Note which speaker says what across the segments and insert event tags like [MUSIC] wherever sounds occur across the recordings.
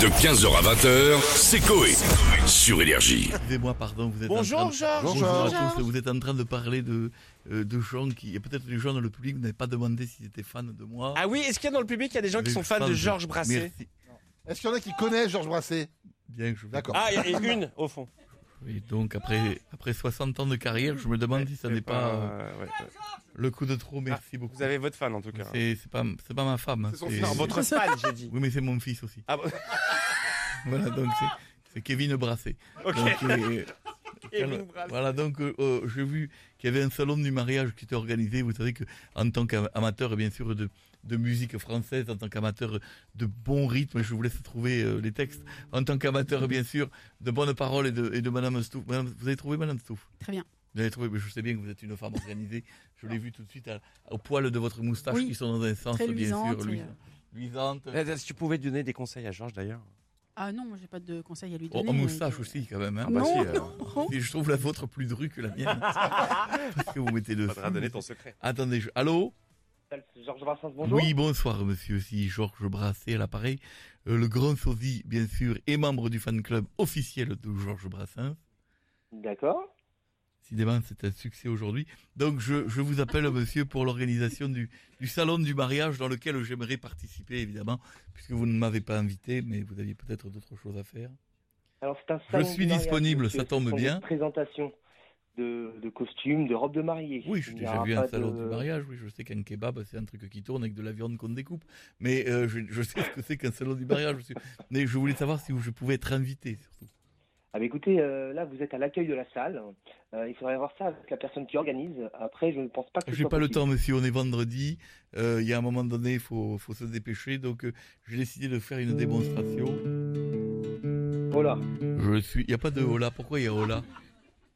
Speaker 1: De 15h à 20h, c'est Coé. Sur Énergie.
Speaker 2: Excusez-moi, pardon, vous êtes
Speaker 3: Bonjour,
Speaker 2: en train de...
Speaker 3: Georges.
Speaker 2: Bonjour, à
Speaker 3: Bonjour,
Speaker 2: tous. Vous êtes en train de parler de, euh, de gens qui... Il y a peut-être des gens dans le public, vous n'avez pas demandé s'ils étaient fans de moi.
Speaker 3: Ah oui, est-ce qu'il y a dans le public il y a des gens qui
Speaker 2: Mais
Speaker 3: sont fans de Georges Brassens
Speaker 2: Merci.
Speaker 4: Est-ce qu'il y en a qui connaissent Georges Brassé
Speaker 2: Bien, je vais-
Speaker 4: D'accord.
Speaker 3: Ah, il y en a une au fond.
Speaker 2: Et donc, après, après 60 ans de carrière, je me demande si ça n'est pas euh,
Speaker 3: Euh, ouais. Ah,
Speaker 2: le coup de trop. Merci beaucoup.
Speaker 3: Vous avez votre fan en tout cas.
Speaker 2: C'est c'est pas, c'est pas ma femme. hein,
Speaker 4: C'est son
Speaker 2: c'est-
Speaker 4: frère,
Speaker 3: Non, votre fan, j'ai dit.
Speaker 2: Oui, mais c'est mon fils aussi.
Speaker 3: Ah, bon,
Speaker 2: [LAUGHS] Voilà, donc c'est- c'est Kevin Brassé.
Speaker 3: ok.
Speaker 2: Donc, euh,
Speaker 3: Kevin
Speaker 2: Alors,
Speaker 3: Brassens.
Speaker 2: Voilà, donc euh, euh, j'ai vu qu'il y avait un salon du mariage qui était organisé. Vous savez que en tant qu'amateur, bien sûr, de, de musique française, en tant qu'amateur de bon rythme, je vous laisse trouver euh, les textes, en tant qu'amateur, bien sûr, de bonnes paroles et de, et de Madame Stouff. Madame- vous avez trouvé Madame Stouff
Speaker 5: Très bien. Ah.
Speaker 2: Vous avez trouvé, mais je sais bien que vous êtes une femme organisée. Je l'ai vu tout de suite à- au poil de votre moustache
Speaker 5: Oui.
Speaker 2: qui sont dans un sens,
Speaker 5: Très
Speaker 2: bien sûr.
Speaker 5: luisante et,
Speaker 2: lui- Luisante.
Speaker 3: Euh, Si tu pouvais donner des conseils à Georges d'ailleurs.
Speaker 5: Ah non, moi j'ai pas de conseil à lui
Speaker 2: En
Speaker 5: donner.
Speaker 2: en
Speaker 5: mais-
Speaker 2: Oh, moustache aussi, quand même. hein.
Speaker 5: Ah bah [LAUGHS] Non, si, euh,
Speaker 2: Et je trouve la vôtre plus drue que la
Speaker 5: [LAUGHS]
Speaker 2: mienne. Parce que vous mettez le.
Speaker 3: Faudra donner ton secret.
Speaker 2: Attendez, je... allô
Speaker 6: Georges Brassens, bonjour.
Speaker 2: Oui, bonsoir monsieur, si Georges Brassens à l'appareil. Euh, le grand sosie, bien sûr, est membre du fan club officiel de Georges Brassens.
Speaker 6: D'accord.
Speaker 2: Décidément, c'est un succès aujourd'hui. Donc je, je vous
Speaker 6: [LAUGHS]
Speaker 2: appelle monsieur pour l'organisation du, du salon du mariage dans lequel j'aimerais participer, évidemment, puisque vous ne m'avez pas invité, mais vous aviez peut-être d'autres choses à faire.
Speaker 6: Alors, c'est un
Speaker 2: Je
Speaker 6: salon
Speaker 2: suis
Speaker 6: de mariage,
Speaker 2: disponible,
Speaker 6: monsieur.
Speaker 2: ça tombe
Speaker 6: Ce sont des
Speaker 2: bien.
Speaker 6: Présentations de, de costumes, de robes de mariée.
Speaker 2: Oui, j'ai
Speaker 6: Il n'y
Speaker 2: déjà
Speaker 6: aura
Speaker 2: vu un
Speaker 6: pas
Speaker 2: salon
Speaker 6: de-
Speaker 2: de mariage. Oui, je sais qu'un kebab, c'est un truc qui tourne avec de la viande qu'on découpe. Mais euh, je, je sais ce que c'est qu'un salon du mariage. monsieur. Mais je voulais savoir si je pouvais être invité, surtout.
Speaker 6: Ah, mais écoutez, euh, là, vous êtes à l'accueil de la salle. Euh, il faudrait voir ça avec la personne qui organise. Après, je ne pense pas que. ce
Speaker 2: J'ai
Speaker 6: soit
Speaker 2: pas le
Speaker 6: possible.
Speaker 2: temps, monsieur. On est vendredi. Euh, Il y a un moment donné, il faut, faut se dépêcher. Donc, euh, j'ai décidé de faire une démonstration.
Speaker 6: Voilà.
Speaker 2: Je suis. Il y a pas de hola. Pourquoi il y a hola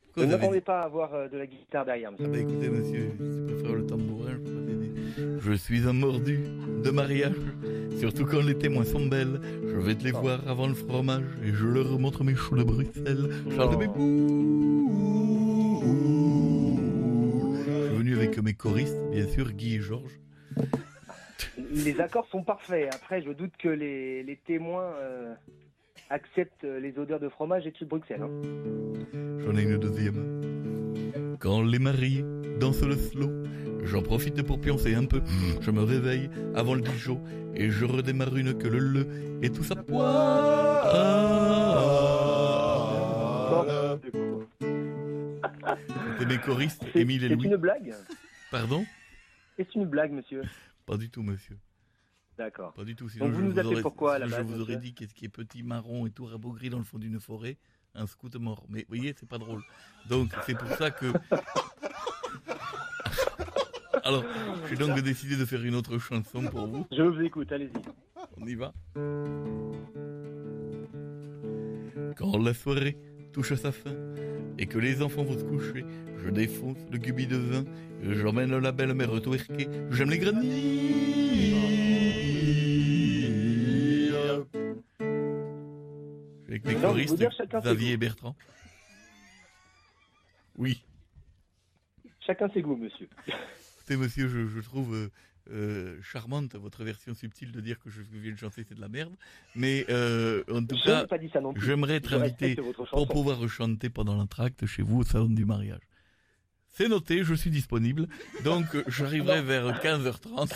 Speaker 2: Pourquoi
Speaker 6: Ne
Speaker 2: vous avez
Speaker 6: m'attendez pas à avoir euh, de la guitare derrière, monsieur.
Speaker 2: Ah bah écoutez monsieur, si tu préfères le tambourin, je peux pas t'aider. Je suis un mordu de mariage, surtout quand les témoins sont belles. Je vais te les voir avant le fromage et je leur montre mes choux de Bruxelles. Charles de
Speaker 6: Ah.
Speaker 2: Bébou. Je suis venu avec mes choristes, bien sûr, Guy et Georges.
Speaker 6: Les accords sont parfaits. Après, je doute que les, les témoins euh, acceptent euh, les odeurs de fromage et de Bruxelles. hein.
Speaker 2: J'en ai une deuxième. Quand les mariés dansent le slow, j'en profite pour pioncer un peu. Je me réveille avant le Dijon et je redémarre une que le le et tout ça. Ah. C'était mes choristes,
Speaker 6: C'est
Speaker 2: Émile et
Speaker 6: c'est
Speaker 2: Louis.
Speaker 6: une blague.
Speaker 2: Pardon
Speaker 6: C'est une blague, monsieur.
Speaker 2: Pas du tout, monsieur.
Speaker 6: D'accord.
Speaker 2: Pas du tout. Sinon,
Speaker 6: Donc vous
Speaker 2: je
Speaker 6: nous appelez
Speaker 2: aurais-
Speaker 6: pourquoi, à la
Speaker 2: Je
Speaker 6: base,
Speaker 2: vous aurais
Speaker 6: monsieur
Speaker 2: dit qu'est-ce qui est petit, marron et tout rabougri dans le fond d'une forêt, un scout mort. Mais vous voyez, c'est pas drôle. Donc c'est pour ça que. [LAUGHS] Alors, j'ai donc décidé de faire une autre chanson pour vous.
Speaker 6: Je vous écoute, allez-y.
Speaker 2: On y va. Quand la soirée touche à sa fin et que les enfants vont se coucher, je défonce le gubi de vin, j'emmène la belle-mère twerker, j'aime les grenilles. Avec mes
Speaker 6: Non, vous
Speaker 2: choristes,
Speaker 6: dire chacun ses
Speaker 2: Xavier
Speaker 6: goûts.
Speaker 2: et Bertrand. Oui,
Speaker 6: Chacun ses goûts, monsieur.
Speaker 2: écoutez monsieur, je, je trouve euh, euh, charmante votre version subtile de dire que je viens de chanter, c'est de la merde. Mais euh, en tout
Speaker 6: Je
Speaker 2: cas...
Speaker 6: n'ai pas dit ça non plus.
Speaker 2: J'aimerais être
Speaker 6: Je respecte
Speaker 2: invité
Speaker 6: votre chanson.
Speaker 2: pour pouvoir chanter pendant l'entracte chez vous au salon du mariage. C'est noté, je suis disponible. Donc euh, j'arriverai vers
Speaker 6: [LAUGHS]
Speaker 2: 15h30.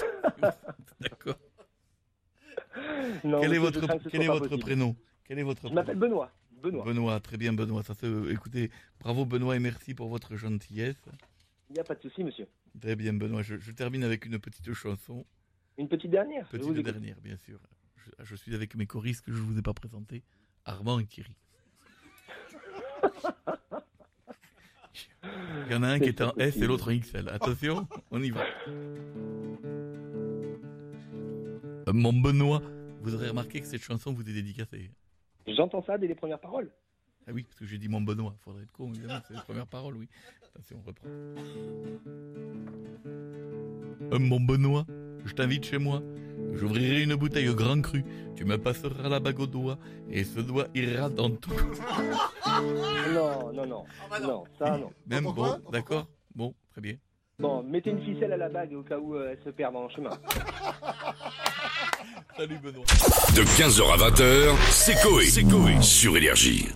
Speaker 2: D'accord.
Speaker 6: Non,
Speaker 2: Quel est
Speaker 6: monsieur, je
Speaker 2: votre,
Speaker 6: crains que ce
Speaker 2: quel est
Speaker 6: soit pas
Speaker 2: votre
Speaker 6: possible.
Speaker 2: prénom Quel est votre
Speaker 6: Je m'appelle Benoît. Benoît.
Speaker 2: Benoît, très bien Benoît. Ça se- écoutez, bravo Benoît et merci pour votre gentillesse.
Speaker 6: Il n'y a pas de souci, monsieur.
Speaker 2: Très bien Benoît. Je, je termine avec une petite chanson,
Speaker 6: Une petite dernière. je vous
Speaker 2: petite
Speaker 6: écoute.
Speaker 2: dernière bien sûr. Je, je suis avec mes choristes que je vous ai pas présentés, Armand et Thierry. Il y en a un qui est en S et l'autre en XL. Attention, on y va. Euh, Mon Benoît, vous aurez remarqué que cette chanson vous est dédicacée.
Speaker 6: J'entends ça dès les premières paroles.
Speaker 2: Ah oui, parce que j'ai dit mon Benoît. Faudrait être con, évidemment. C'est la première parole, oui. Attention, on reprend. Euh, mon Benoît, je t'invite chez moi. J'ouvrirai une bouteille au grand cru. Tu me passeras la bague au doigt. Et ce doigt ira dans tout.
Speaker 6: Non, non, non. non, ça, non.
Speaker 2: Même
Speaker 4: Pourquoi
Speaker 2: bon, d'accord Bon, très bien.
Speaker 6: Bon, mettez une ficelle à la bague au cas où euh, elle se perd dans le chemin.
Speaker 2: Salut Benoît.
Speaker 1: De 15h à 20h, c'est Coé. Sur Énergie.